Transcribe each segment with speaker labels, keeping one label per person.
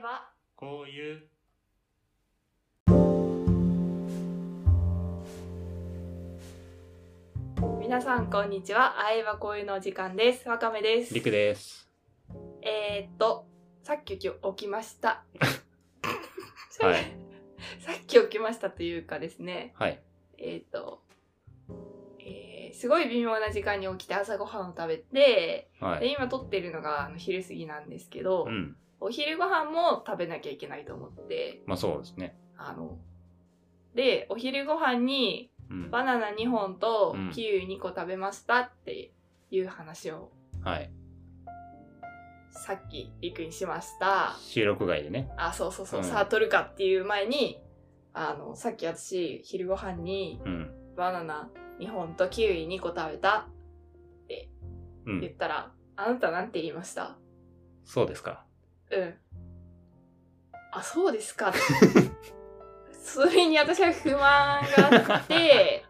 Speaker 1: ば
Speaker 2: こういう
Speaker 1: 皆さんこんにちはあえばこういうのお時間ですわかめです
Speaker 2: りくです
Speaker 1: えー、っとさっき起きました
Speaker 2: はい
Speaker 1: さっき起きましたというかですね
Speaker 2: はい
Speaker 1: えー、っと、えー、すごい微妙な時間に起きて朝ごはんを食べて
Speaker 2: は
Speaker 1: で
Speaker 2: い
Speaker 1: 今撮ってるのがあの昼過ぎなんですけど、
Speaker 2: うん
Speaker 1: お昼ご飯も食べなきゃいけないと思って
Speaker 2: まあそうですね
Speaker 1: あのでお昼ご飯に
Speaker 2: うん
Speaker 1: バナナ2本と
Speaker 2: うん
Speaker 1: キウイ2個食べましたっていう話を
Speaker 2: はい
Speaker 1: さっきりくにしました。
Speaker 2: 収録外でね
Speaker 1: あ、そうそうそう、
Speaker 2: うん
Speaker 1: さあ取るかっていう前に、あの、さっき私昼ご飯に
Speaker 2: うん
Speaker 1: バナナ2本とキウイ2個食べた
Speaker 2: う
Speaker 1: 言っ
Speaker 2: ん
Speaker 1: たら、あなたなんて言いました
Speaker 2: そうですか
Speaker 1: うん。あ、そうです かって。それに私は不満があって、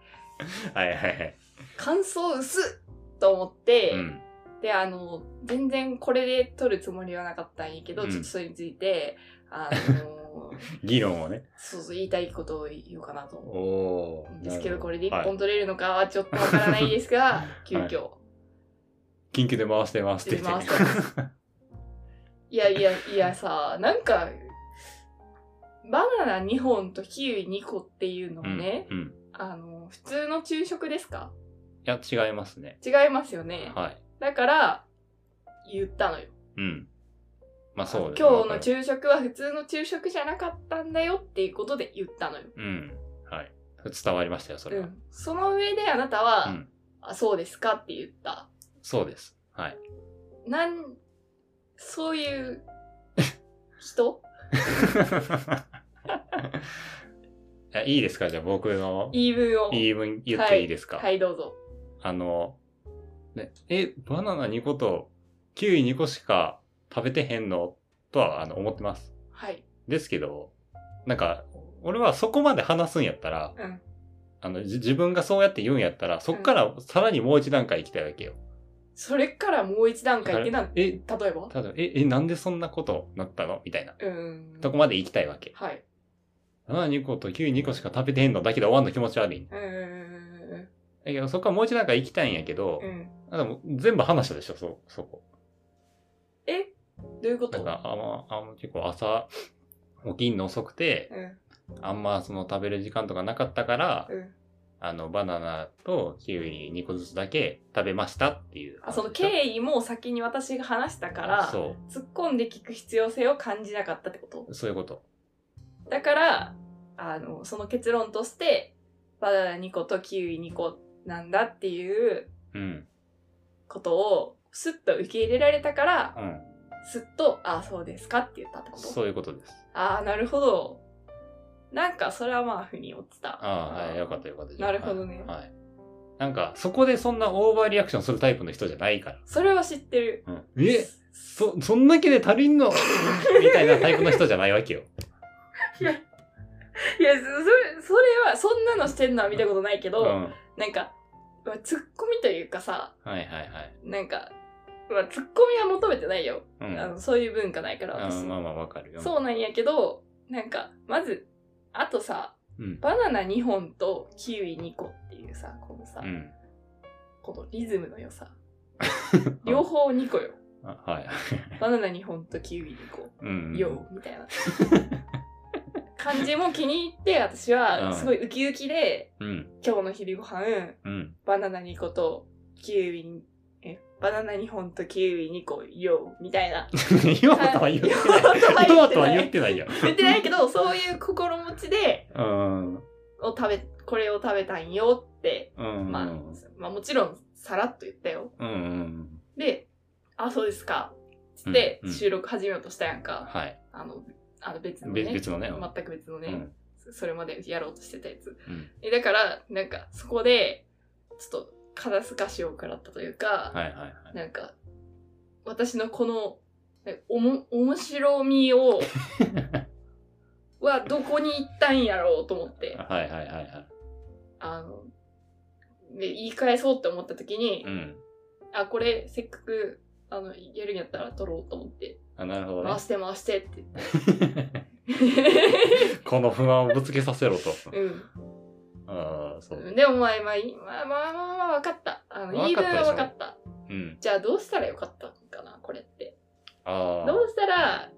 Speaker 2: はいはいはい
Speaker 1: 感想薄っと思って、
Speaker 2: うん
Speaker 1: であの全然これで撮るつもりはなかったんやけど、
Speaker 2: うん
Speaker 1: ちょっとそれについてあ の
Speaker 2: 議論をね
Speaker 1: そうそう言いたいことを言おうかなと思
Speaker 2: お
Speaker 1: うん
Speaker 2: ー
Speaker 1: ですけど
Speaker 2: なるほ
Speaker 1: これで一
Speaker 2: は
Speaker 1: 本
Speaker 2: い
Speaker 1: 撮れるのかはちょっとわからないですが、急
Speaker 2: はい
Speaker 1: 遽、
Speaker 2: 緊急で回して回してって
Speaker 1: 回して回い、やいやいやさなんかバナナ2本とキウイ2個っていうのも
Speaker 2: うん
Speaker 1: ね、
Speaker 2: うんい
Speaker 1: あの普通の昼食ですか
Speaker 2: や違いますね
Speaker 1: 違いますよね、
Speaker 2: はい
Speaker 1: だから言ったのよ
Speaker 2: うんまあそうですね
Speaker 1: 今日の昼食は普通の昼食じゃなかったんだよっていうことで言ったのよ。
Speaker 2: うんはい伝わりましたよそれ
Speaker 1: う
Speaker 2: は
Speaker 1: ん、その上であなたは、
Speaker 2: うん
Speaker 1: あそうですかって言った。
Speaker 2: そうです はい
Speaker 1: なん、そういう人
Speaker 2: いやいいですかじゃあ僕の
Speaker 1: 言い分を。
Speaker 2: 言い分言っていいですか、
Speaker 1: はい、どうぞ。
Speaker 2: あの、ね、え、バナナ2個とキウイ2個しか食べてへんのとはあの思ってます。
Speaker 1: はい。
Speaker 2: ですけど、なんか、俺はそこまで話すんやったら、
Speaker 1: うん。
Speaker 2: あの、じ自分がそうやって言うんやったら、そっからさらにもう一段階行きたいわけよ。
Speaker 1: それからもう一段階ってなん、例
Speaker 2: え
Speaker 1: え、ば
Speaker 2: ただ、え、え、なんでそんなことなったのみたいな。
Speaker 1: うん。
Speaker 2: とこまで行きたいわけ。
Speaker 1: はい。
Speaker 2: バナナ2個とキウイ2個しか食べてへんのだけで終わんの気持ち悪いね。
Speaker 1: うーん。
Speaker 2: だけど、そこからもう一段階行きたいんやけど
Speaker 1: う、ん。
Speaker 2: あでも全部話したでしょ、そ、そこ。
Speaker 1: えどういうこ
Speaker 2: な
Speaker 1: と
Speaker 2: んか、あんま、あんま結構朝、起きんの遅くて、
Speaker 1: うん。
Speaker 2: あんまその食べる時間とかなかったから、
Speaker 1: うん。
Speaker 2: あの、バナナとキウイ2個ずつだけ食べましたっていう。
Speaker 1: あ、その
Speaker 2: 緯
Speaker 1: 経緯も先に私が話したから、
Speaker 2: そ
Speaker 1: 突っ込んで聞く必要性を感じなかったってこと
Speaker 2: う、そういうこと。
Speaker 1: だからあのその結論としてバナナ2個とキウイ2個なんだっていう
Speaker 2: うん。
Speaker 1: ことをスッと受け入れられたから
Speaker 2: うん。
Speaker 1: スッと「ああそうですか」って言ったってこと
Speaker 2: そういうことです。
Speaker 1: ああなるほどなんかそれはまあ腑に落ちた
Speaker 2: ああ、はい、よかったよかった。
Speaker 1: なるほどね
Speaker 2: はい。はいなんか、そこでそんなオーバーリアクションするタイプの人じゃないから。
Speaker 1: それは知ってる
Speaker 2: うん、えそ、そんだけで足りん のみたいなタイプの人じゃないわけよ。
Speaker 1: いやそそれそれはそんなのしてんのは見たことないけ
Speaker 2: う
Speaker 1: ど、
Speaker 2: ん。はい
Speaker 1: なんかまあツッコミというかさ
Speaker 2: はいはい。
Speaker 1: なんか、まあ、ツッコミは求めてないよ、
Speaker 2: う
Speaker 1: あ
Speaker 2: ん。
Speaker 1: のそういう文化ないから
Speaker 2: あ
Speaker 1: 私
Speaker 2: まあまあわかるよ。
Speaker 1: そうなんやけど、なんか、まず、あとさ、
Speaker 2: うん。
Speaker 1: バナナ2本とキウイ2個っていうさ、このさ、
Speaker 2: うん。
Speaker 1: このリズムの良さ。両方2個よ。
Speaker 2: あはい。
Speaker 1: バナナ2本とキウイ2個。
Speaker 2: うん。
Speaker 1: よ、みたいな。感じも気に入って、私は
Speaker 2: うん
Speaker 1: すごいウキウキで、
Speaker 2: うん。
Speaker 1: 今日の昼ご飯、
Speaker 2: うん。
Speaker 1: バナナ2個とキウイ、え、バナナ2本とキウイ2個、よ、みたいな。
Speaker 2: ようとは言ってない。
Speaker 1: よ
Speaker 2: よう
Speaker 1: う
Speaker 2: と
Speaker 1: と
Speaker 2: は
Speaker 1: は
Speaker 2: 言
Speaker 1: 言
Speaker 2: っ
Speaker 1: って
Speaker 2: ないよ。
Speaker 1: 言ってないけど、そういう心持ちで、
Speaker 2: うん。うん。
Speaker 1: を食べ、これを食べたんよってまあ、まあもちろんさらっと言ったよ。
Speaker 2: うんうん。
Speaker 1: で、あ、そうですか。つって
Speaker 2: うんうん
Speaker 1: 収録始めようとしたやんか。
Speaker 2: はい。
Speaker 1: あの、あの別の
Speaker 2: 別
Speaker 1: ね。
Speaker 2: 別のね。
Speaker 1: 全く別のね、
Speaker 2: うん
Speaker 1: それまでやろうとしてたやつ。
Speaker 2: うん
Speaker 1: えだから、なんかそこで、ちょっと肩透かしを食らったというか、
Speaker 2: はいはいはい。
Speaker 1: なんか、私のこの、ねおも、面白みを、 はどこに行ったんやろうと思って。
Speaker 2: はいはいはいはい。
Speaker 1: あの、で、言い返そうって思った時に、
Speaker 2: うん。
Speaker 1: あ、これ、せっかく、あの、やるんやったら撮ろうと思って、
Speaker 2: あなるほどね
Speaker 1: 回して回してって言 って。
Speaker 2: この不安をぶつけさせろと
Speaker 1: うん
Speaker 2: ああそう
Speaker 1: でもまあまあいいまあまあまあまあ分かった。あの
Speaker 2: 分かった
Speaker 1: 言い分は
Speaker 2: でしょ
Speaker 1: 分かった。
Speaker 2: うん
Speaker 1: じゃあどうしたらよかったのかなこれって。
Speaker 2: ああ
Speaker 1: どうしたら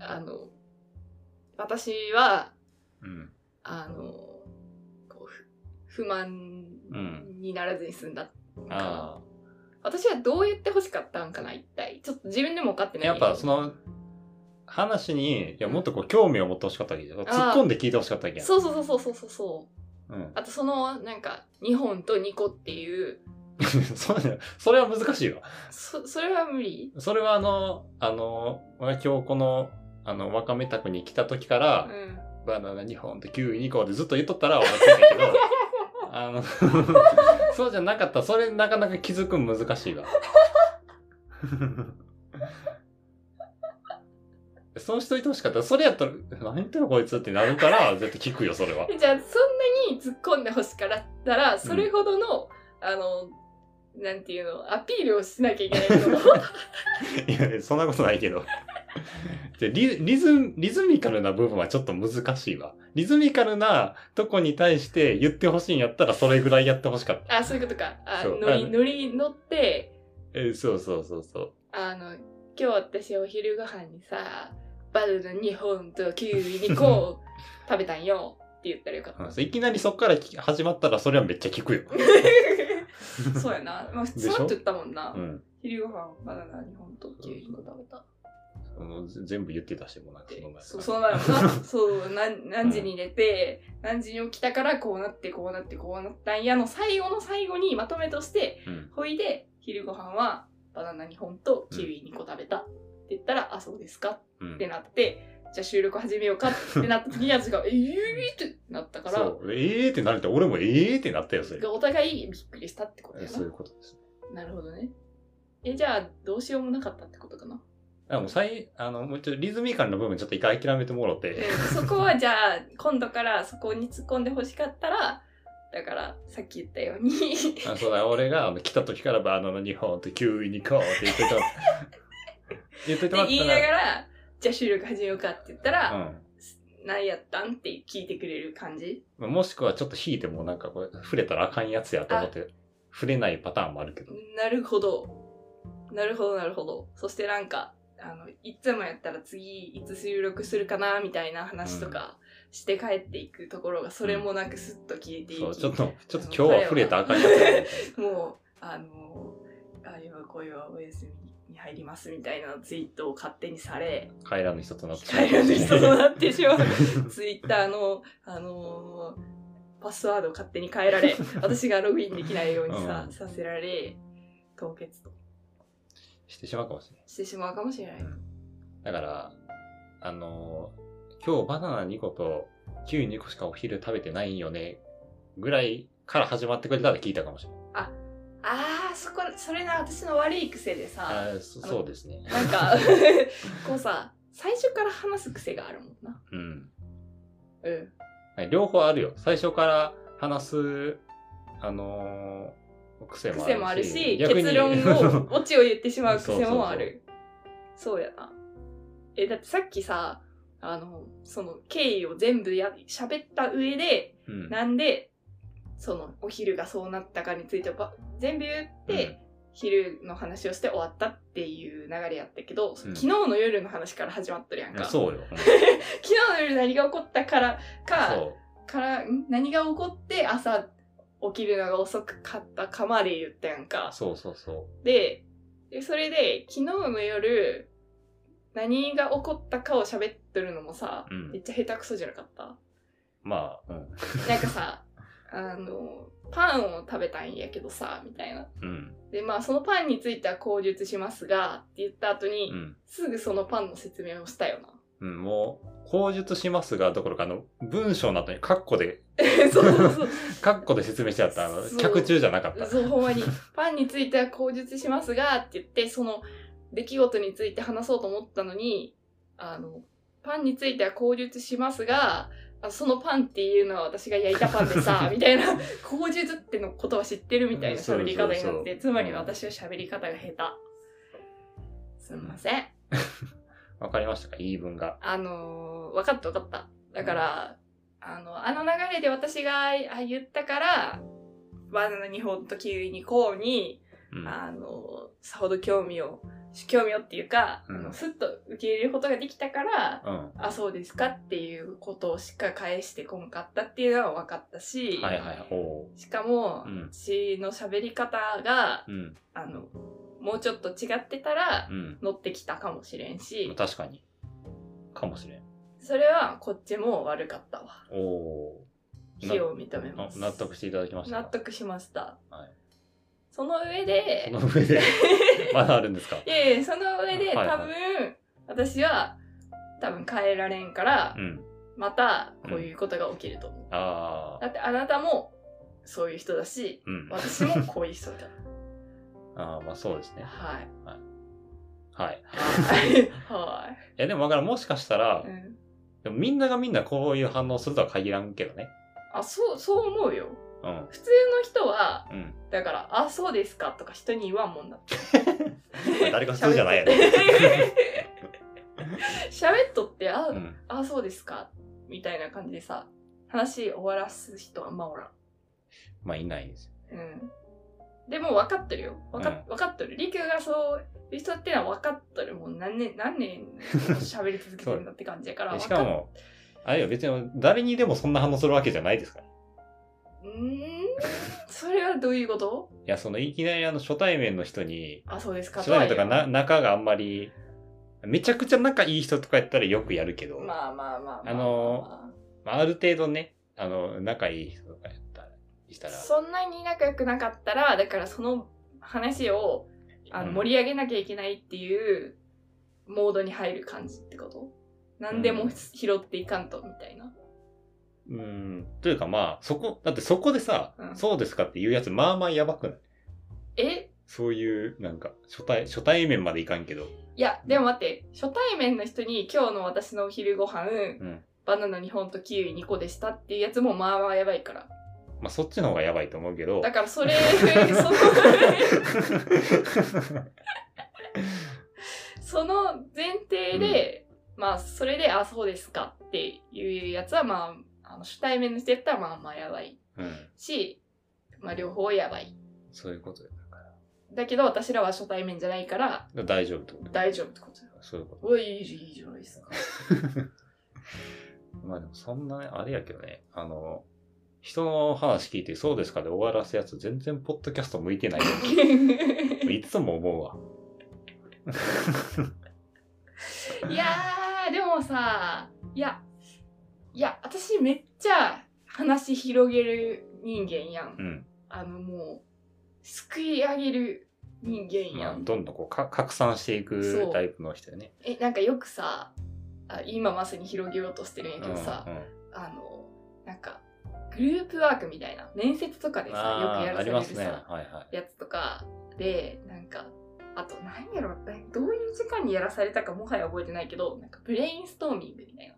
Speaker 1: あの私は
Speaker 2: うん
Speaker 1: あのこう不不満
Speaker 2: うん
Speaker 1: にならずに済んだのかな、
Speaker 2: あ
Speaker 1: 私はどう言ってほしかったんかな一体ちょっと自分でも分かって
Speaker 2: あ
Speaker 1: ない
Speaker 2: やっぱその話にいやもっとこう興味を持ってほしかったわけじゃん突っ込んで聞いてほしかったわけやん
Speaker 1: そうそうそうそうそうそう
Speaker 2: うん、
Speaker 1: あとそのなんか2本と2個っていう
Speaker 2: そうだよそれは難しいわ
Speaker 1: そそれは無理
Speaker 2: それはあのあの俺は今日このあのわかめ宅に来た時か
Speaker 1: う
Speaker 2: ら、
Speaker 1: ん
Speaker 2: バナナ2本とキウイ2個でずっと言っとったら俺は聞いたけ どあのそうじゃなかったらそれなかなか気づくん難し いわそうしといてほしかったそれやったら「何言ってんのこいつ」ってなるから絶対聞くよそれは
Speaker 1: じゃあそんなに突っ込んでほしからったらそれほどの、あのなんていうのアピールをしなきゃいけないと思 う
Speaker 2: いやそんなことないけどじゃあリリズムリズミカルな部分はちょっと難しいわリズミカルなとこに対して言ってほしいんやったらそれぐらいやってほしかった
Speaker 1: あそういうことかあ
Speaker 2: そう
Speaker 1: 乗
Speaker 2: あ
Speaker 1: り
Speaker 2: の
Speaker 1: 乗り乗って
Speaker 2: えそうそうそうそう
Speaker 1: あの今日私お昼ご飯にさバナナ2本とキウイ2個食べたんよって言ったらよかった
Speaker 2: うんいきなりそっからき始まったらそれはめっちゃ聞くよ。
Speaker 1: そうやな、まあ、普
Speaker 2: で
Speaker 1: 通
Speaker 2: しょ
Speaker 1: っと言ったもんな、
Speaker 2: うん。
Speaker 1: 昼ご飯バナナ2本とキウイ1個食べた
Speaker 2: もうぜ全部言ってたし、もうなんかその前
Speaker 1: そうその前もなそうなん何時に寝て、何時に起きたからこうなってこうなってこうなったんやの最後の最後にまとめとして
Speaker 2: うん。
Speaker 1: ほいで昼ご飯はバナナ2本とキウイ2個食べたって言ったら、あそうですか
Speaker 2: うん
Speaker 1: ってなってじゃあ収録始めようかってなった時に私が「えー!」ってなったから
Speaker 2: そう。ええー、ってなると、俺もええー、ってなったよ、それ。
Speaker 1: お互いびっくりしたってこと
Speaker 2: え
Speaker 1: や
Speaker 2: そういう
Speaker 1: な
Speaker 2: ことです。
Speaker 1: なるほどねえじゃあどうしようもなかったってことかな、
Speaker 2: あもう最、あの、もうちょっとリズミカルな部分ちょっと一回諦めてもろ
Speaker 1: え
Speaker 2: て。
Speaker 1: そこはじゃあ今度からそこに突っ込んでほしかったらだからさっき言ったように
Speaker 2: あそうだ、俺があの来た時からバナナ2本とキウイ2個って言っとい ても言っとい
Speaker 1: で
Speaker 2: てもらっ
Speaker 1: 言い
Speaker 2: た
Speaker 1: なが
Speaker 2: ら。
Speaker 1: らじゃあ収録始めようかって言ったら、
Speaker 2: うん
Speaker 1: 何やったんって聞いてくれる感じ
Speaker 2: まあもしくはちょっと引いてもなんかこれ触れたらあかんやつやと思って触れないパターンもあるけど。
Speaker 1: なるほどなるほどなるほどそしてなんかあのいつもやったら次いつ収録するかなみたいな話とかして帰っていくところがそれもなくスッと消えていき、
Speaker 2: そう、ちょっと、ちょっと今日は触れたらあかんやつやなみた いな。
Speaker 1: もうあのあ今恋はお休みに入りますみたいなツイートを勝手にされ
Speaker 2: 帰らぬ人となってしまう
Speaker 1: 控える人となってしま うツイッターの、あのーパスワードを勝手に変えられ、私がログインできないようにさ、
Speaker 2: うん
Speaker 1: させられ、凍結と
Speaker 2: してしまうかもしれ
Speaker 1: してしまうかもしれない。
Speaker 2: ない。だから、あのー今日バナナ2個とキウイ2個しかお昼食べてないんよね、ぐらいから始まってくれたら聞いたかもしれない。
Speaker 1: あー、そこ、それな、私の悪い癖でさ、
Speaker 2: あーそそうですね。
Speaker 1: なんか、 こうさ、最初から話す癖があるもんな。
Speaker 2: うん。
Speaker 1: うん。
Speaker 2: 両方あるよ。最初から話す、あのー癖もあるし。
Speaker 1: 癖もあるし、
Speaker 2: 逆に
Speaker 1: 結論を、オチを言ってしまう癖もある。 そうやな。え、だってさっきさ、あの、その経緯を全部や、喋った上で、
Speaker 2: うん
Speaker 1: なんでそのお昼がそうなったかについてば全部言って、
Speaker 2: うん
Speaker 1: 昼の話をして終わったっていう流れやったけど、
Speaker 2: ん
Speaker 1: 昨日の夜の話から始まっとるやんか昨
Speaker 2: そうよ。うん
Speaker 1: 日の夜何が起こったからか
Speaker 2: そ
Speaker 1: からん何が起こって朝起きるのが遅かったかまで言ったやん
Speaker 2: う。
Speaker 1: か
Speaker 2: そうそうそ
Speaker 1: ででそれで昨日の夜何が起こったかを喋っとるのもさ、
Speaker 2: うん
Speaker 1: めっちゃ下手くそじゃなかった
Speaker 2: う。まあ、うん。
Speaker 1: なんかさ、 あの、パンを食べたんやけどさ、みたいな。
Speaker 2: うん。
Speaker 1: で、まあ、そのパンについては口述しますが、って言った後に、
Speaker 2: うん。
Speaker 1: すぐそのパンの説明をした よな。
Speaker 2: うん、もう、口述しますが、どころか、あの、文章の後にカッコで、
Speaker 1: そうそうそう。
Speaker 2: カッコで説明してあった。あの
Speaker 1: そう、
Speaker 2: 客中じゃなかった。
Speaker 1: そう、ほんまに。 パンについては口述しますが、って言って、その出来事について話そうと思ったのに、あの、パンについては口述しますが、あそのパンっていうのは私が焼いたパンで さ、みたいな、口述ってのことは知ってるみたいな喋り方に
Speaker 2: そ
Speaker 1: なっ
Speaker 2: うそうそ
Speaker 1: て、
Speaker 2: う
Speaker 1: つまり私は喋り方が下手。すみません。
Speaker 2: わかりましたか言い分が。
Speaker 1: あのー、分かった分かった。だから、あの、あの流れで私があ言ったから、バナナ2本とキウイ2個に、
Speaker 2: うん。
Speaker 1: あの、さほど興味を、興味をっていうか、
Speaker 2: うん
Speaker 1: あのすっと受け入れることができたから、
Speaker 2: うん。
Speaker 1: あ、そうですかっていうことをしか返してこんかったっていうのは分かったし、
Speaker 2: はいはい。おう。
Speaker 1: しかも、
Speaker 2: うん
Speaker 1: 私の喋り方が、
Speaker 2: うん。
Speaker 1: あの、もうちょっと違ってたら
Speaker 2: う、ん。
Speaker 1: 乗ってきたかもしれんし、
Speaker 2: 確かに。かもしれん。
Speaker 1: それはこっちも悪かったわ。
Speaker 2: おおう。
Speaker 1: 非を認め
Speaker 2: な
Speaker 1: ます。
Speaker 2: 納得していただきました
Speaker 1: 納
Speaker 2: か。
Speaker 1: 得しました。
Speaker 2: はい
Speaker 1: その上で、
Speaker 2: その上 で、 まだあるんですか
Speaker 1: いやいや、その上で
Speaker 2: はいはい
Speaker 1: 多分、私は多分変えられんから
Speaker 2: う、ん。
Speaker 1: またこういうことが起きると思う。
Speaker 2: あ
Speaker 1: だ
Speaker 2: あ。
Speaker 1: ってあなたもそういう人だし、
Speaker 2: うん。
Speaker 1: 私もこういう人だ。
Speaker 2: ああ、まあそうですね。
Speaker 1: はい。
Speaker 2: はい。
Speaker 1: はい。はい
Speaker 2: やでもわからん。もしかしたら
Speaker 1: い。う、ん。
Speaker 2: でもみんながみんなこういう反応するとは限らんけどね。
Speaker 1: あ、そう、そう思うよ。
Speaker 2: うん。
Speaker 1: 普通の人は、
Speaker 2: うん。
Speaker 1: だから、あ、そうですかとか人に言わんもんだって。
Speaker 2: 誰か普通じゃないやろ。
Speaker 1: 喋っとって、あ、
Speaker 2: うん。
Speaker 1: あ、そうですか。みたいな感じでさ、話終わらす人はあんまおらん。
Speaker 2: まあいないですよ。
Speaker 1: うん。でも分かってるよ。分か,、
Speaker 2: うん
Speaker 1: 分かってる。リクがそういう人ってのは分かってる。もう何年、何年喋り続けてるんだって感じやから。
Speaker 2: しか
Speaker 1: 分っ。
Speaker 2: も、あれよ、別に誰にでもそんな反応するわけじゃないですから。いう
Speaker 1: ーん。それはどういうこと
Speaker 2: や、そのいきなりあの初対面の人に、
Speaker 1: あ、そうですか。
Speaker 2: 初対面と
Speaker 1: とは
Speaker 2: か
Speaker 1: 言わ
Speaker 2: な仲があんまり、めちゃくちゃ仲いい人とかやったらよくやるけど、ま
Speaker 1: まあまあまあまあまあ、
Speaker 2: あのあ、ある程度ね、あの、仲いい人とかやったら、したら、
Speaker 1: そんなに仲良くなかったら、だからその話をあ
Speaker 2: う
Speaker 1: の
Speaker 2: ん
Speaker 1: 盛り上げなきゃいけないっていうモードに入る感じってこと何で
Speaker 2: う
Speaker 1: も
Speaker 2: ん
Speaker 1: 拾っていかんとみたいな。
Speaker 2: うん、というかまあ、そこ、だってそこでさ、
Speaker 1: うん
Speaker 2: そうですかって言うやつ、まあまあやばくない
Speaker 1: え
Speaker 2: そういう、なんか、初対、初対面までいかんけど、
Speaker 1: いや、でも待って、初対面の人に今日の私のお昼ご飯、
Speaker 2: うん。
Speaker 1: バナナ2本とキウイ2個でしたっていうやつもまあまあやばいから。
Speaker 2: まあそっちの方がやばいと思うけど、
Speaker 1: だからそ れ、その、その前提で、まあそれで、あ、そうですかっていうやつはまあ、あの初対面の人やったらまあまあやばい
Speaker 2: うん、
Speaker 1: し、まあ両方やばい。
Speaker 2: そういうことよだから
Speaker 1: だけど私らは初対面じゃないから
Speaker 2: だから大丈夫ってこと
Speaker 1: 大丈夫ってことよ。
Speaker 2: そういうこ
Speaker 1: おい、いいじゃんいいじゃない ですか。
Speaker 2: と。まあでもそんなね、あれやけどね、あの、人の話聞いてそうですかで終わらすやつ全然ポッドキャスト向いてないよ。 いつも思うわ。
Speaker 1: いやー、でもさ、いや、いや、私めっちゃ話広げる人間やん
Speaker 2: う。ん。
Speaker 1: あのもう、すくい上げる人間や
Speaker 2: まあ、
Speaker 1: ん。
Speaker 2: どんどんこうか拡散してい
Speaker 1: そ
Speaker 2: く
Speaker 1: う
Speaker 2: タイプの人よね。
Speaker 1: え、なんかよくさ、あ今まさに広げようとしてるんやけどさ
Speaker 2: う、んうん
Speaker 1: あの、なんか、グループワークみたいな、面接とかでさ、よ
Speaker 2: あ
Speaker 1: くや
Speaker 2: ー
Speaker 1: らさ
Speaker 2: あり
Speaker 1: れる
Speaker 2: ます
Speaker 1: さ、
Speaker 2: ね。はいはい。
Speaker 1: やつとかでなんかあと何やろどういう時間にやらされたかもはや覚えてないけどなんかブレインストーミングみたいな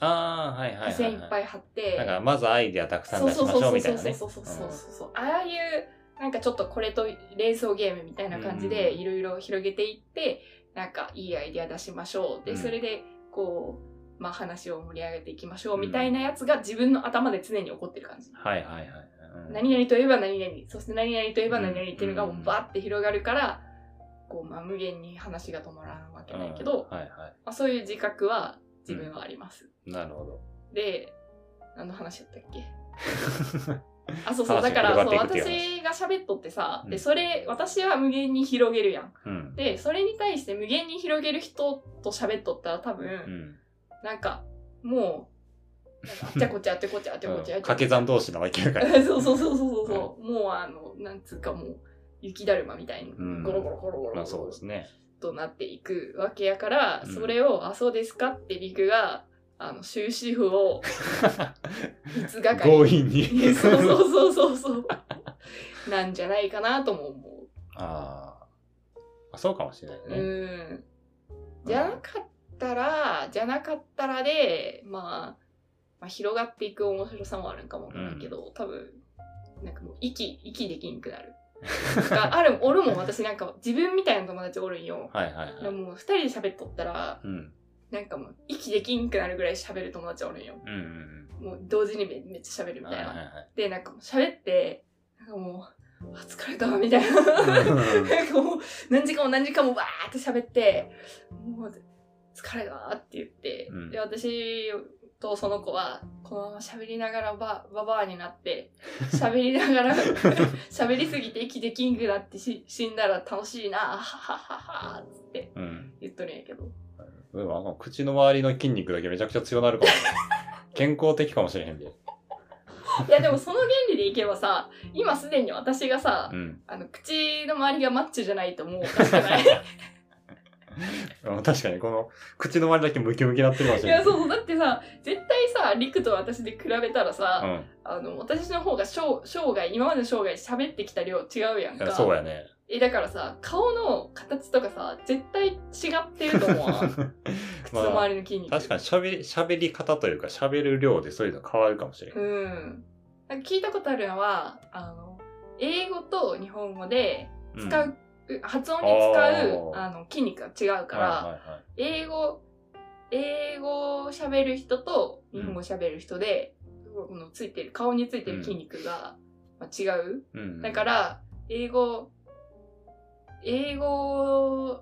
Speaker 2: ああ、はいはい
Speaker 1: 付
Speaker 2: はい、
Speaker 1: 箋いっぱい貼って、
Speaker 2: なんか、まずアイデアたくさん
Speaker 1: そう
Speaker 2: 出し
Speaker 1: そう
Speaker 2: まし
Speaker 1: そう
Speaker 2: ょう
Speaker 1: そう
Speaker 2: みた
Speaker 1: そそ
Speaker 2: いうな
Speaker 1: う
Speaker 2: ね。
Speaker 1: そうそうそうそうああいうなんかちょっとこれと連想ゲームみたいな感じで
Speaker 2: うん
Speaker 1: いろいろ広げていって、なんかいいアイデア出しましょうで、
Speaker 2: うん
Speaker 1: それでこうまあ話を盛り上げていきましょうみたいなやつが自分の頭で常に起こってる感じ、
Speaker 2: はいはいはい。うん
Speaker 1: 何々といえば何々そして何々といえば何々っていうのが
Speaker 2: うん
Speaker 1: もうバーって広がるから、こうまあ、無限に話が止まらんわけないけど、
Speaker 2: うんはいは
Speaker 1: まあ、そういう自覚は自分はあります、
Speaker 2: い。なるほど。
Speaker 1: で何の話だったっけあそうそう
Speaker 2: 話が
Speaker 1: だから
Speaker 2: 広
Speaker 1: そう
Speaker 2: がっていくって
Speaker 1: 私が喋っとってさ、
Speaker 2: う
Speaker 1: で
Speaker 2: ん
Speaker 1: それ私は無限に広げるやん
Speaker 2: うん。
Speaker 1: でそれに対して無限に広げる人と喋っとったら多分、
Speaker 2: うん。
Speaker 1: なんかもうなんか あっちゃこっちゃあっちゃこっちゃあっちゃこっちゃあっちゃこっちゃ
Speaker 2: 掛け算同士なわけやか ら。
Speaker 1: そうそうそうそうそうそう、もうあのなんつうかもう雪だるまみたいに
Speaker 2: うん
Speaker 1: ゴロゴロゴロゴロ
Speaker 2: まあそうですね。
Speaker 1: となっていくわけやから、
Speaker 2: うん
Speaker 1: それを「あそうですか?」って陸があの終止符をつがか。
Speaker 2: 強引に
Speaker 1: そうそうそうそうそうなんじゃないかなとも思
Speaker 2: ああ。そうかもしれな
Speaker 1: う、
Speaker 2: いね。
Speaker 1: うんじゃなかったらじゃなかったらで、まあ、まあ広がっていく面白さもあるんかもわからんけど、多分なんかもう息息できんくなるがある、おるもん、私なんか、自分みたいな友達おるんよ。
Speaker 2: はいはい
Speaker 1: で
Speaker 2: はい。
Speaker 1: も、二人で喋っとったら、
Speaker 2: うん。
Speaker 1: なんかもう息できんくなるぐらい喋る友達おるんよ
Speaker 2: うんうん
Speaker 1: もう同時にめめっちゃ喋る
Speaker 2: うん。
Speaker 1: み
Speaker 2: はい
Speaker 1: たい
Speaker 2: はい
Speaker 1: な
Speaker 2: はい。
Speaker 1: でなんかもう喋ってなんかもうあ疲れたみたいな
Speaker 2: うん
Speaker 1: なんかもう何時間も何時間もわーって喋ってもう疲れたって言って、
Speaker 2: うん
Speaker 1: で私とその子はこのまま喋りながらバババアになって喋りな がら喋りすぎて息できんくなってし死んだら楽しいなははははっつって
Speaker 2: うん。
Speaker 1: 言っとるんやけど
Speaker 2: でもなんか口の周りの筋肉だけめちゃくちゃ強なるかもしれん。健康的かもしれへんで。
Speaker 1: いやでもその原理でいけばさ今すでに私がさ、
Speaker 2: うん。
Speaker 1: あの口の周りがマッチョじゃないともうおかしくない
Speaker 2: うん確かに、この口の周りだけムキムキなってるかもし
Speaker 1: い
Speaker 2: れな
Speaker 1: や
Speaker 2: い。
Speaker 1: そうそうだってさ絶対さリクと私で比べたらさ、
Speaker 2: うん。
Speaker 1: あの私の方が生生涯今までの生涯喋ってきた量違うやん
Speaker 2: い
Speaker 1: か
Speaker 2: やそうやね。
Speaker 1: えだからさ顔の形とかさ絶対違ってると 思うわ口の周りの筋肉、
Speaker 2: 確かに喋り、喋り方というか喋る量でそういうの変わるかもしれん。
Speaker 1: うんなんか聞いたことあるのはあの英語と日本語で
Speaker 2: ん
Speaker 1: 使う、発音に使う
Speaker 2: あー
Speaker 1: あの筋肉が違うから、
Speaker 2: はいはいはい
Speaker 1: 英語英語を喋る人と日本語を喋る人で、このついてる顔についてる筋肉が、まあ違う、
Speaker 2: うん
Speaker 1: だから英語英語を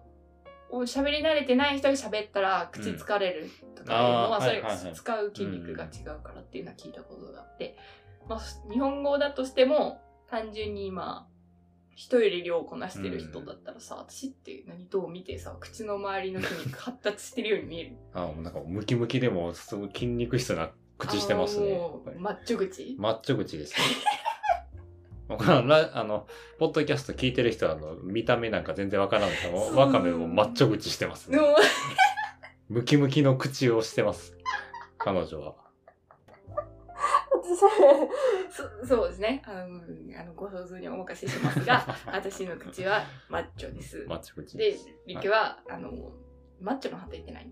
Speaker 1: 喋り慣れてない人が喋ったら口疲れるとかいうのは、
Speaker 2: あー
Speaker 1: それ
Speaker 2: はいはいはい
Speaker 1: 使う筋肉が違うからっていうのは聞いたことがあって、まあ、日本語だとしても単純に今人より量をこなしてる人だったらさ、私って何どう見てさ口の周りの筋肉発達してるように見え る
Speaker 2: あもうなんかムキムキでもすごい筋肉質な口してますね。
Speaker 1: あー
Speaker 2: や
Speaker 1: も
Speaker 2: っぱ
Speaker 1: う
Speaker 2: り
Speaker 1: マッチョ口
Speaker 2: マッチョ口ですね。 僕はラあの、ポッドキャスト聞いてる人は、あの、見た目なんか全然わからんけど
Speaker 1: そう
Speaker 2: も、ワカメもマッチョ口してます
Speaker 1: で
Speaker 2: ね。
Speaker 1: も
Speaker 2: ムキムキの口をしてます。彼女は。
Speaker 1: そそうですねあのうんあのご想像にお任せしますが私の口はマッチョです
Speaker 2: マッチョ口
Speaker 1: で
Speaker 2: です。
Speaker 1: リクは、あのマッチョの反対ってない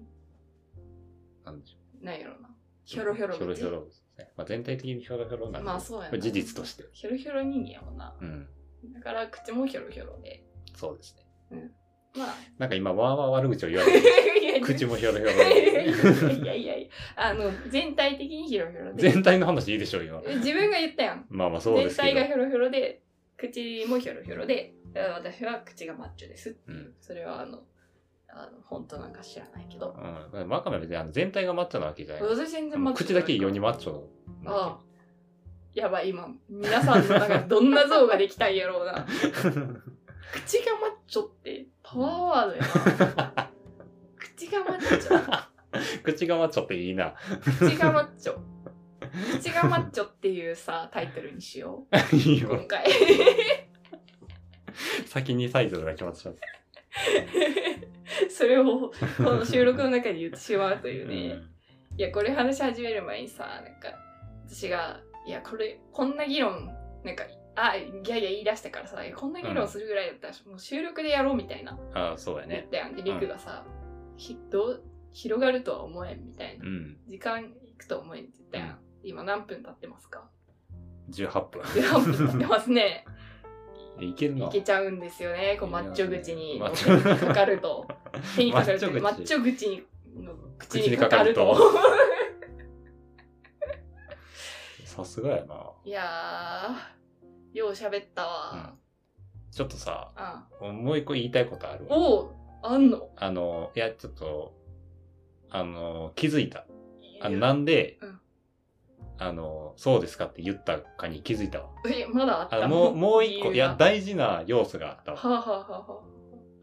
Speaker 2: なんでしょう
Speaker 1: ないやろなひょろひょろ
Speaker 2: ひょろひょろですね。まあ、全体的にひょろひょろなんで、
Speaker 1: まあそうや
Speaker 2: これ
Speaker 1: な
Speaker 2: 事実として。
Speaker 1: ひょろひょろ人間やもんな
Speaker 2: うん。
Speaker 1: だから口もひょろひょろで
Speaker 2: そうですね。
Speaker 1: まあ
Speaker 2: なんか今、わーわー悪口を言 われて、 口
Speaker 1: 口
Speaker 2: もひょろひょ
Speaker 1: いやいやい
Speaker 2: ろ。
Speaker 1: や いやいやあの全体的にひょろひょろで
Speaker 2: 全体の話いいでしょう、今。
Speaker 1: 自分が言ったやん
Speaker 2: まあまあそうで
Speaker 1: 全
Speaker 2: すけ
Speaker 1: 体
Speaker 2: ど
Speaker 1: が。ひょろひょろで口もひょろひょろでだから私は口がマッチョですっていう、
Speaker 2: うん
Speaker 1: それはあのあの本当なんか知らないけど
Speaker 2: うん。ワカメは別にあの全体がマッチョなわけじゃない。
Speaker 1: 私全然マッチョ
Speaker 2: 口だけ異様にマッチョなわけ
Speaker 1: ああやばい今皆さんの中でどんな像ができたんやろうな口がマッチョってパワーワードやな口がマッチョ
Speaker 2: 口がマッチョっていいな。
Speaker 1: 口がマッチョ。口がマッチョっていうさ、タイトルにしよう。
Speaker 2: いい
Speaker 1: 今
Speaker 2: よ。
Speaker 1: 回。
Speaker 2: 先にサイズが決まってしまった。
Speaker 1: それを、この収録の中で言ってしまうというね。いや、これ話し始める前にさ、なんか、私が、いや、これ、こんな議論、なんか、あ、いやいや言い出したからさ、いやこんな議論するぐらいだったら、もう収録でやろうみたいな。
Speaker 2: うんああ、そうや
Speaker 1: 言っ
Speaker 2: ね。
Speaker 1: たやん。で、リクがさ、ひどう広がるとは思えんみたいな
Speaker 2: う。ん。
Speaker 1: 時間いくと思えんって言ったやん。今何分経ってますか
Speaker 2: 18分。
Speaker 1: 何分経ってますね。
Speaker 2: いける
Speaker 1: い
Speaker 2: な。
Speaker 1: けちゃうんですよね。こう
Speaker 2: い
Speaker 1: マ
Speaker 2: や
Speaker 1: ッチョ口に
Speaker 2: マッチョ
Speaker 1: かかると。手にかかるというマ
Speaker 2: マ
Speaker 1: ッ
Speaker 2: ッ
Speaker 1: チ
Speaker 2: チ
Speaker 1: ョ口にの口
Speaker 2: 口
Speaker 1: に
Speaker 2: に
Speaker 1: か
Speaker 2: か
Speaker 1: か
Speaker 2: か
Speaker 1: る
Speaker 2: る
Speaker 1: と
Speaker 2: と。さすがやな。
Speaker 1: いやー、よう喋ったわ。
Speaker 2: ちょっとさ、
Speaker 1: あ
Speaker 2: もう一個言いたいことあるわ。
Speaker 1: おう、あんの
Speaker 2: あの、いや、ちょっと、あの、気づいた。あ
Speaker 1: い
Speaker 2: の
Speaker 1: や
Speaker 2: なんで、
Speaker 1: うん
Speaker 2: あの、そうですかって言ったかに気づいたわ。
Speaker 1: え、まだあっ
Speaker 2: あ
Speaker 1: た
Speaker 2: もう、もう一個、
Speaker 1: 理由が
Speaker 2: いや、大事な要素があったわ
Speaker 1: はあ、はあはあは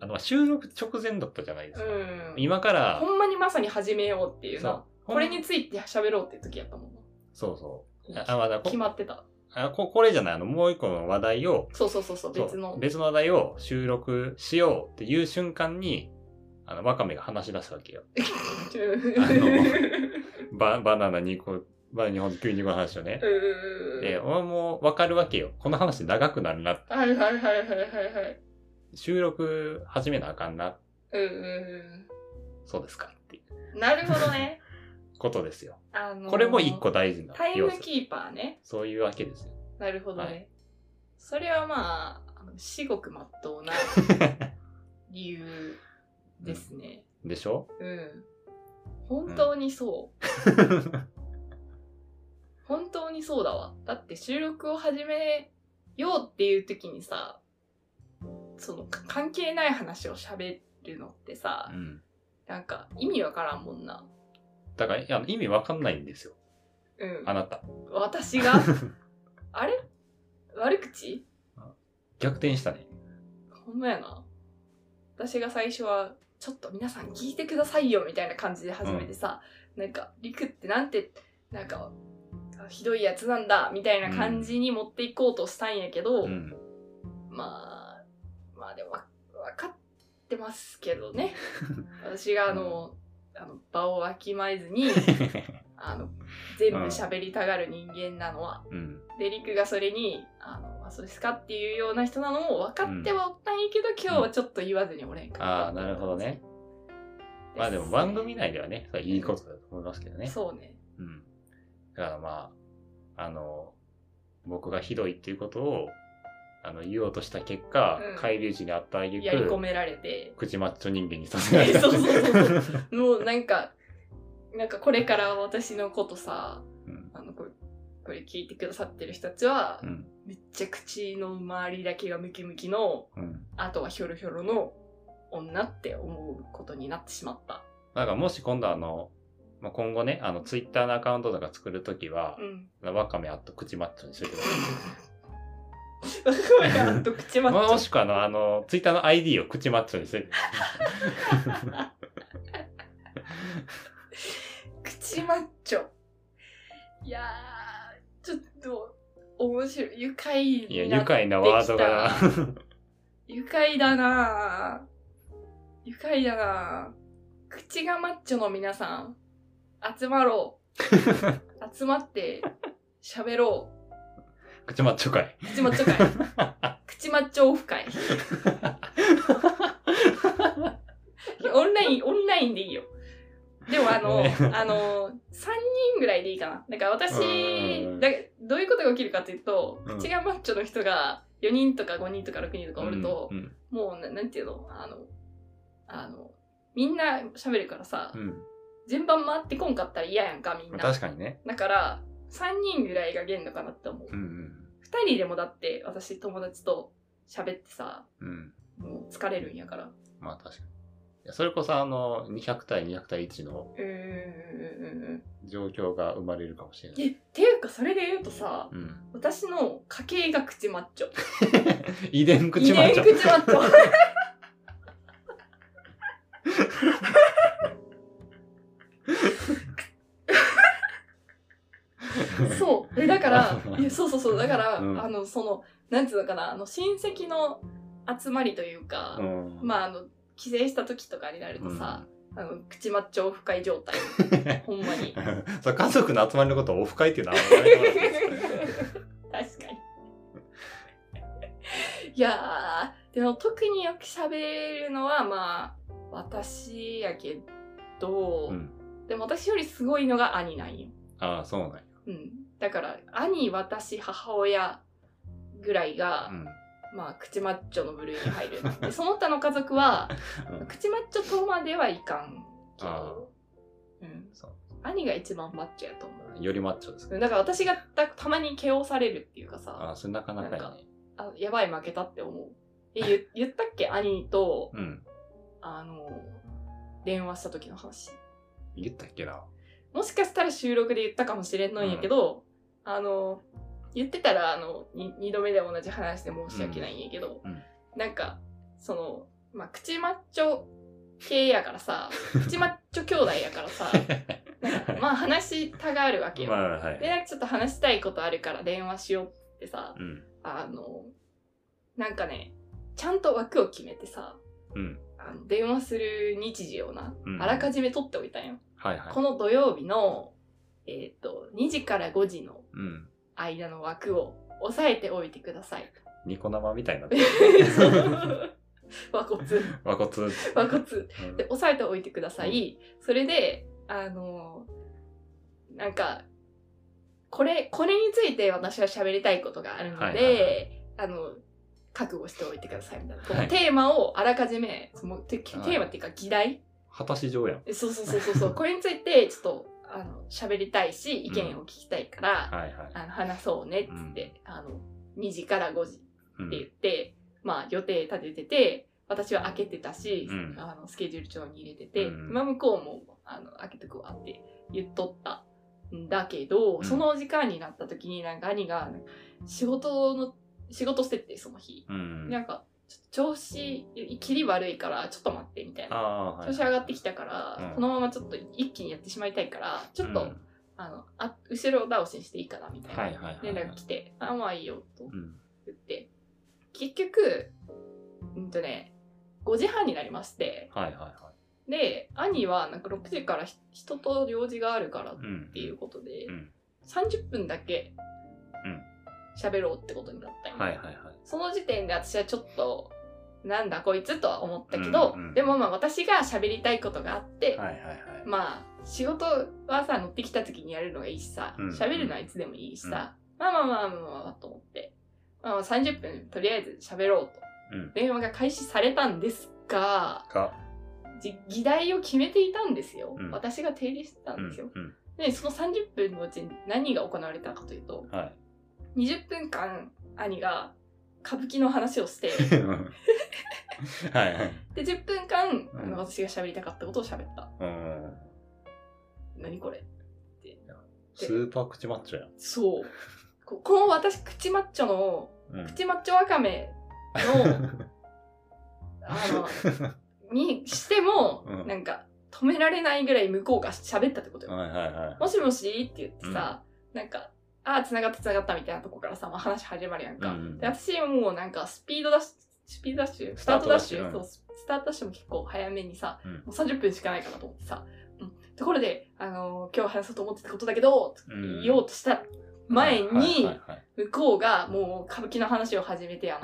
Speaker 2: あの、収録直前だったじゃないで
Speaker 1: あ、
Speaker 2: すか。
Speaker 1: うん。
Speaker 2: 今から、
Speaker 1: ほんまにまさに始めようっていう
Speaker 2: そ
Speaker 1: な
Speaker 2: う。ほん
Speaker 1: これについて喋ろうって時やったもん
Speaker 2: そうそう。
Speaker 1: な
Speaker 2: あ、。あまだこ
Speaker 1: 決まってた。
Speaker 2: あこ、これじゃない、あの、もう一個の話題を、
Speaker 1: そうそうそう、そう
Speaker 2: そう
Speaker 1: 別の。
Speaker 2: 別の話題を収録しようっていう瞬間に、あの、ワカメが話し出すわけよ。 ババナナ2個、バナナ2本と9、2個の話をね。
Speaker 1: うん
Speaker 2: で、俺もわかるわけよ。この話長くなるな。
Speaker 1: はいはいはいはいはいはい。
Speaker 2: 収録始めなあかんな。
Speaker 1: うんうん
Speaker 2: そうですか。っていう
Speaker 1: うん。なるほど ね。
Speaker 2: ことですよ。
Speaker 1: あのー
Speaker 2: これも一個大事な
Speaker 1: タイ
Speaker 2: 要
Speaker 1: ム
Speaker 2: 素。
Speaker 1: キーパーね。
Speaker 2: そういうわけですよ。
Speaker 1: なるほどね。
Speaker 2: はい
Speaker 1: それはまあ、あの至極まっと うな理由ですね。
Speaker 2: でしょ
Speaker 1: うん。本当にそう。本当にそうだわ。だって収録を始めようっていう時にさ、そのか関係ない話を喋るのってさ、
Speaker 2: うん。
Speaker 1: なんか意味わからんもんな。
Speaker 2: だからいや意味わかんないんですよ。
Speaker 1: うん
Speaker 2: あ。なた。
Speaker 1: 私 があれ悪口
Speaker 2: 逆転したね。
Speaker 1: ほんまやな。私が最初は、ちょっと皆さん聞いてくださいよみたいな感じで始めてさ、なんか、リクってなんて、なんか、あひどいやつなんだみたいな感じに持っていこうとしたんやけど、
Speaker 2: うん。
Speaker 1: まあ、まあでもわ、分かってますけど ね。私があの、あの場をわきまえず に、あの、全部喋りたがる人間なのは、
Speaker 2: うん。
Speaker 1: で、リクがそれに、あの、あ、そうですかっていうような人なのも分かってはおったんやけど、今日はちょっと言わずにおれんか
Speaker 2: ああ、なるほどね。まあでも番組内ではね、それいいことだと思いますけど
Speaker 1: ね。
Speaker 2: ね。
Speaker 1: そうね。
Speaker 2: うん。だからまあ、あの、僕がひどいっていうことを、あの、言おうとした結果、
Speaker 1: うん
Speaker 2: 返り討ちにあったあげ
Speaker 1: やり込
Speaker 2: く、
Speaker 1: められて、
Speaker 2: 口マッチョ人間にさせられた。
Speaker 1: そうそうそうもうなんか、なんかこれから私のことさ、
Speaker 2: うん
Speaker 1: あの、これ、これ聞いてくださってる人たちは、
Speaker 2: うん。
Speaker 1: めっちゃ口の周りだけがムキムキの、
Speaker 2: うん。
Speaker 1: あとはひょろひょろの女って思うことになってしまった。
Speaker 2: だからもし今度あの、まあ、今後ね、あの、ツイッターのアカウントとか作るときは
Speaker 1: う、ん。
Speaker 2: わかめあと口マッチョにしといてくだ
Speaker 1: なんと口 まっち
Speaker 2: さい。
Speaker 1: ゃ
Speaker 2: も
Speaker 1: う
Speaker 2: しくはあの、あの、ツイッターの ID を口マッチョにしといて。
Speaker 1: 口マッチョ。いやー、ちょっと、面白 い。愉快な。
Speaker 2: いや、愉快なワードが
Speaker 1: でき 愉快だなー愉快だなー口がマッチョの皆さん、集まろ う。集まって、喋ろ
Speaker 2: 口マッチョかい。
Speaker 1: う。口マッ チョ会。口マッチョオフ会。いやオンライン、オンラインでいいよ。でもあの、
Speaker 2: ね
Speaker 1: あの、3人ぐらいでいいかな。だから私
Speaker 2: うん、
Speaker 1: だどういうことが起きるかというと、
Speaker 2: うん
Speaker 1: 口がマッチョの人が4人とか5人とか6人とかおると
Speaker 2: う、ん。
Speaker 1: もうな、なんていうのあの、あの、みんな喋るからさ、
Speaker 2: うん。
Speaker 1: 順番回ってこんかったら嫌やんか、みん
Speaker 2: まあ
Speaker 1: な。
Speaker 2: 確かにね。
Speaker 1: だから、3人ぐらいが限度かなって思う。
Speaker 2: うん
Speaker 1: 2人でもだって、私友達と喋ってさ、
Speaker 2: うん。うん。
Speaker 1: もう疲れるんやから。
Speaker 2: まあ確かに。いやそれこそあの、200対200対1の
Speaker 1: うーん。
Speaker 2: 状況が生まれるかもしれない。
Speaker 1: え、っていうか、それで言うとさ、
Speaker 2: うん。
Speaker 1: 私の家系が口マッチョ。
Speaker 2: 遺伝口マッチ
Speaker 1: 遺伝
Speaker 2: ョ。
Speaker 1: 口マッチョ。 そう。え、だ から、いやそうそうそう。だから、
Speaker 2: うん
Speaker 1: あの、その、なんつうのかな、あの、親戚の集まりというか、
Speaker 2: ん
Speaker 1: まあ、あの、帰省した時とかになるとさ、あの、口マッチョオフ会状態。 ほんまに。
Speaker 2: うん そう家族の集まりのことをオフ会っていうのはあん まり言わないですけど
Speaker 1: 確かに。いやー、でも特によく喋るのは、まあ、私やけど、
Speaker 2: うん
Speaker 1: でも私よりすごいのが兄なんよ。
Speaker 2: ああ、そうなんや。
Speaker 1: うん。だから、兄、私、母親ぐらいが、
Speaker 2: うん
Speaker 1: まあ、口マッチョの部類に入 る。でその他の家族は、
Speaker 2: うん
Speaker 1: 口マッチョとまではいかんけ
Speaker 2: あ
Speaker 1: ど、うん。
Speaker 2: そう
Speaker 1: 兄が一番マッチョやと思
Speaker 2: よりマッチョです
Speaker 1: う。
Speaker 2: ね。
Speaker 1: だから私がたたまに KO されるっていうかさ、
Speaker 2: ああ、それなかなかやね。
Speaker 1: あ、やばい、負けたって思う。え、言 言ったっけ兄と、
Speaker 2: うん。
Speaker 1: あの、電話した時の話。
Speaker 2: 言ったっ けな。
Speaker 1: もしかしたら収録で言ったかもしれんのんやけど、あの、言ってたら、あの、に二度目で同じ話で申し訳ないんやけど、
Speaker 2: うんうん
Speaker 1: なんか、その、まあ、口マッチョ系やから さ、口マッチョ兄弟やからさ、なんかまあ話したがるわけよ。
Speaker 2: まあ、は
Speaker 1: で、
Speaker 2: い。
Speaker 1: なんかちょっと話したいことあるから電話しようってさ、
Speaker 2: うん。
Speaker 1: あの、なんかね、ちゃんと枠を決めてさ、
Speaker 2: うん。
Speaker 1: あの電話する日時をな、
Speaker 2: うん
Speaker 1: あらかじめ取っておいたんよ。
Speaker 2: はいはい
Speaker 1: こ。の土曜日の、えっ、と、2時から5時の
Speaker 2: うん。
Speaker 1: 間の枠を押さえておいてくださ い。
Speaker 2: ニコ生みたいになって
Speaker 1: そう 和骨、
Speaker 2: 和骨。
Speaker 1: 和骨。
Speaker 2: うん
Speaker 1: で、押さえておいてください。それで、あの、なんか、これ、これについて私は喋りたいことがあるので、
Speaker 2: はいはいは
Speaker 1: あの、覚悟しておいてくださいみたいな。こ
Speaker 2: は
Speaker 1: の
Speaker 2: い
Speaker 1: テーマをあらかじめ、そのてテーマっていうか議題
Speaker 2: 果たし状やん。
Speaker 1: そうそうそうそう そうこれについてちょっとあの喋りたいし意見を聞きたいから、
Speaker 2: はいはい。
Speaker 1: あの話そうねっつって、あの2時から5時
Speaker 2: う
Speaker 1: って言
Speaker 2: ん、
Speaker 1: って、まあ予定立ててて、私は開けてたし、
Speaker 2: うん
Speaker 1: あのスケジュール帳に入れてて、
Speaker 2: うん
Speaker 1: まあ向こうもあの開けとくわって言っとったんだけど、
Speaker 2: うん
Speaker 1: その時間になった時になんか兄が仕事の、仕事しててその日。
Speaker 2: うん。
Speaker 1: なんかちょ調子、切り悪いからちょっと待ってみたい
Speaker 2: あ
Speaker 1: な。
Speaker 2: あ、はい。
Speaker 1: 調子上がってきたから、
Speaker 2: うん
Speaker 1: このままちょっと一気にやってしまいたいから、ちょっと、
Speaker 2: うん
Speaker 1: あのあ、後ろ倒しにしていいかなみたい
Speaker 2: はい
Speaker 1: な
Speaker 2: はいはい
Speaker 1: 連
Speaker 2: はい。
Speaker 1: 絡来て、あ、まあいいよと
Speaker 2: うん。
Speaker 1: 言って、結局、うんとね、5時半になりまして、
Speaker 2: はいはいは
Speaker 1: で、兄はなんか6時からひ人と用事があるからっ
Speaker 2: い。うん。
Speaker 1: ていうことで、
Speaker 2: うん
Speaker 1: 30分だけ
Speaker 2: うん
Speaker 1: 喋ろうってことになったんよ
Speaker 2: はいはいはい。
Speaker 1: その時点で私はちょっと、なんだこいつとは思ったけど、
Speaker 2: うんうん
Speaker 1: でもまあ私が喋りたいことがあって、
Speaker 2: はいはいはい。
Speaker 1: まあ仕事はさ乗ってきた時にやるのがいいしさ
Speaker 2: うん
Speaker 1: 喋、るのはいつでもいいしさ、まあまあまあまあまあと思って、まあ、まあ30分とりあえず喋ろうと、
Speaker 2: うん
Speaker 1: 電話が開始されたんですが
Speaker 2: か、
Speaker 1: じ議題を決めていたんですよ、
Speaker 2: うん
Speaker 1: 私が提示してた
Speaker 2: うん
Speaker 1: ですよ、
Speaker 2: ん。
Speaker 1: でその30分のうちに何が行われたかというと
Speaker 2: は
Speaker 1: 20分間兄が歌舞伎の話を して
Speaker 2: い。はいはい。
Speaker 1: で10分間あ
Speaker 2: うん
Speaker 1: の私が喋りたかったことを喋った
Speaker 2: うん。
Speaker 1: 何これ
Speaker 2: スーパー口マッチョやん。
Speaker 1: そうこ この私口マッチョの
Speaker 2: うん。
Speaker 1: プチマッチョワカメのあのにしても、
Speaker 2: うん
Speaker 1: なんか止められないぐらい向こうが喋ったってことよ。
Speaker 2: はいはいはい。
Speaker 1: もしもしって言ってさ、なんか、ああ、繋がった繋がったみたいなとこからさ、まあ、話始まるやんか。
Speaker 2: うん
Speaker 1: で私はもうなんかスピードダッシュ、スピードダッシュス
Speaker 2: ス
Speaker 1: ター
Speaker 2: ター
Speaker 1: ト
Speaker 2: ト
Speaker 1: ダ
Speaker 2: ダ
Speaker 1: ッ
Speaker 2: ッ
Speaker 1: シ
Speaker 2: シ
Speaker 1: ュ
Speaker 2: ュ
Speaker 1: そうスタートダッシュも結構早めにさ、
Speaker 2: うん
Speaker 1: もう30分しかないかなと思ってさ、うんところで、あのー今日話そうと思ってたことだけど、
Speaker 2: うん
Speaker 1: 言おうとした前に、
Speaker 2: はいはいはい
Speaker 1: 向こうがもう歌舞伎の話を始めてや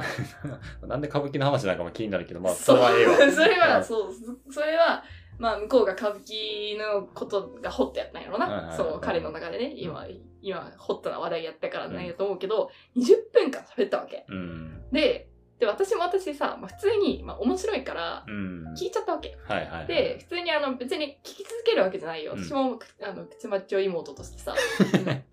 Speaker 1: な。
Speaker 2: なんで歌舞伎の話なんかも気になるけど、 まあ、
Speaker 1: そ
Speaker 2: そうれはええわ。
Speaker 1: それは、
Speaker 2: うん
Speaker 1: そう、そそれは、まあ、向こうが歌舞伎のことが掘ってやったんやろ
Speaker 2: はいはい
Speaker 1: な。
Speaker 2: はい
Speaker 1: そう、彼の中でね、今、今、掘ったの話題やったからなんやと思うけど、20分間喋ったわけ。
Speaker 2: うん。
Speaker 1: で、で、私も私さ、まあ、普通に、まあ、面白いから、
Speaker 2: うん。はい
Speaker 1: 聞いちゃったわけ。
Speaker 2: はいはい。
Speaker 1: で、普通にあの、別に聞き続けるわけじゃないよ。
Speaker 2: うん
Speaker 1: 私も、くあの、口マッチョ妹としてさ、うん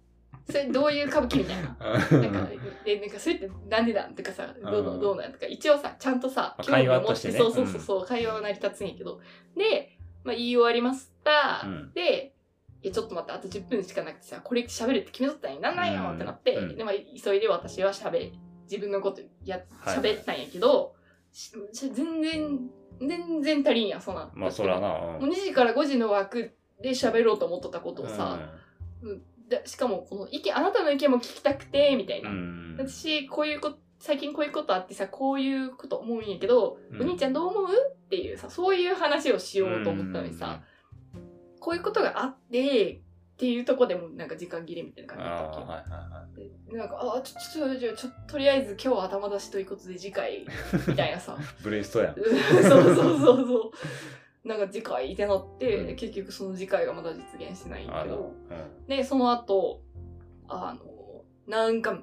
Speaker 1: それどういう歌舞伎みたいな。
Speaker 2: うん、
Speaker 1: なんか、え、なんかそれってなんでだとかさ、どう
Speaker 2: う
Speaker 1: の
Speaker 2: ん
Speaker 1: どうなんとか、一応さ、ちゃんとさ、
Speaker 2: まあ
Speaker 1: 興味を
Speaker 2: 会話
Speaker 1: 持
Speaker 2: と
Speaker 1: っ
Speaker 2: して
Speaker 1: て、
Speaker 2: ね
Speaker 1: そうそうそうそう、会話は成り立つんやけど。で、まあ、言い終わりました
Speaker 2: う。ん
Speaker 1: で、いや、ちょっと待って、あと10分しかなくてさ、これ喋るって決めとったんや、なんないよ
Speaker 2: うん
Speaker 1: ってなって、
Speaker 2: うん
Speaker 1: で、まあ、急いで私は喋、自分のことや、
Speaker 2: はい
Speaker 1: 喋ったんやけど、しし全然、全然足りんやん、そんな。
Speaker 2: まあ、そら。な。
Speaker 1: 2時から5時の枠で喋ろうと思っとったことをさ、でしかもこの意見あなたの意見も聞きたくてみたい
Speaker 2: うん、
Speaker 1: な、
Speaker 2: うん。
Speaker 1: 私こういうこと最近こういうことあってさこういうこと思うんやけど、
Speaker 2: うん
Speaker 1: お兄ちゃんどう思うっていうさそういう話をしようと思ったのにさ、こういうことがあってっていうとこでもなんか時間切れみたいな
Speaker 2: う
Speaker 1: 感
Speaker 2: ん。
Speaker 1: じだ
Speaker 2: あ
Speaker 1: った
Speaker 2: あ、
Speaker 1: わ
Speaker 2: はいはいはい。
Speaker 1: けよでなんかあちょちょちょちょとりあえず今日は頭出しということで次 回みたいなさ
Speaker 2: ブレストやん。
Speaker 1: うんそうそうそうそうなんか次回ってなって、
Speaker 2: うん
Speaker 1: 結局その次回がまだ実現してないんだ
Speaker 2: あ
Speaker 1: け
Speaker 2: ら。
Speaker 1: ど
Speaker 2: うん
Speaker 1: で、その後、あの、なんか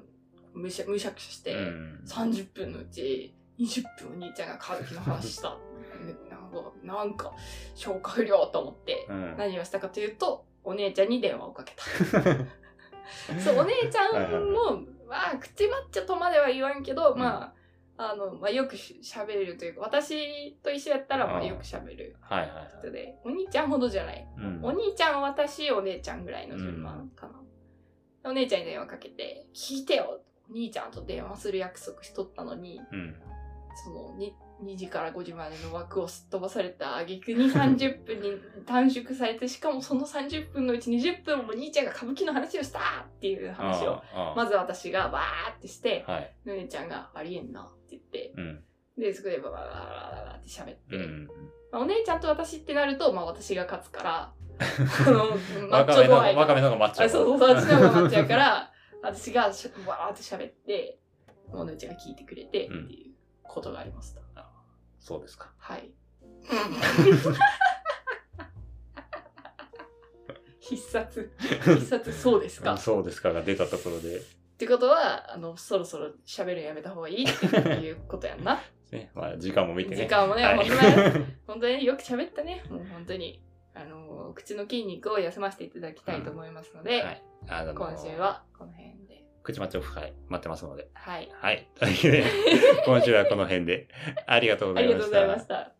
Speaker 1: むしゃ、むしゃくしゃして、
Speaker 2: うん
Speaker 1: 30分のうち20分お兄ちゃんが歌舞伎の話した。ねなんか、なんか、消化不良と思って、
Speaker 2: うん。
Speaker 1: 何をしたかというと、お姉ちゃんに電話をかけた。そう、お姉ちゃ
Speaker 2: はいはい
Speaker 1: んも、まあ、口マッチョとまでは言わんけど、
Speaker 2: うん
Speaker 1: まあ、あの、まあ、よくしゃべるというか、私と一緒やったら、ま
Speaker 2: あ
Speaker 1: あ、
Speaker 2: ー
Speaker 1: よくしゃべる
Speaker 2: はいはいはい。
Speaker 1: 人で、お兄ちゃんほどじゃない。
Speaker 2: うん
Speaker 1: お兄ちゃん、私、お姉ちゃんぐらいの順番かな。お姉ちゃんに電話かけて、聞いてよお兄ちゃんと電話する約束しとったのに、
Speaker 2: うん。
Speaker 1: そのに 2, 時から5時までの枠をすっ飛ばされた挙句に30分に短縮されて、しかもその30分のうち20分もお兄ちゃんが歌舞伎の話をしたっていう話を、
Speaker 2: ああ。
Speaker 1: まず私がバーってして、
Speaker 2: はい。
Speaker 1: お姉ちゃんがありえんなって言って、
Speaker 2: うん。
Speaker 1: で、そこでバババババババって喋って、
Speaker 2: うん。
Speaker 1: まあ、お姉ちゃんと私ってなると、まあ私が勝つ から、あの、マ
Speaker 2: わ
Speaker 1: ッ
Speaker 2: か
Speaker 1: チョ
Speaker 2: めの
Speaker 1: 度合いが
Speaker 2: わかめのがマッチョ。
Speaker 1: あそうそうそう、私の方が待っちゃうから、私がしゃわーって喋って、お姉ちゃんが聞いてくれてって
Speaker 2: うん
Speaker 1: いうことがありました。
Speaker 2: そうですか。
Speaker 1: はい。必殺。必殺、そうですか。
Speaker 2: あ
Speaker 1: っ
Speaker 2: そうですかが出たところで。
Speaker 1: てことは、あの、そろそろ喋るのやめた方がいいっていうことやんな。
Speaker 2: ね。まあ、時間 も見てね。
Speaker 1: 時間もね、
Speaker 2: はい
Speaker 1: 本当 だよ本当によく喋ったね。もう本当に、あのー口の筋肉を休ませていただきたいと思いますので、
Speaker 2: はい。あの、
Speaker 1: 今週。はこの辺で。
Speaker 2: 口町オフ会待ってますので。
Speaker 1: はい。
Speaker 2: はい。というわけで、今週はこの辺で、ありがとうご
Speaker 1: あ
Speaker 2: ざい
Speaker 1: りが
Speaker 2: ま
Speaker 1: とうご
Speaker 2: し
Speaker 1: ざい
Speaker 2: た
Speaker 1: まし。た。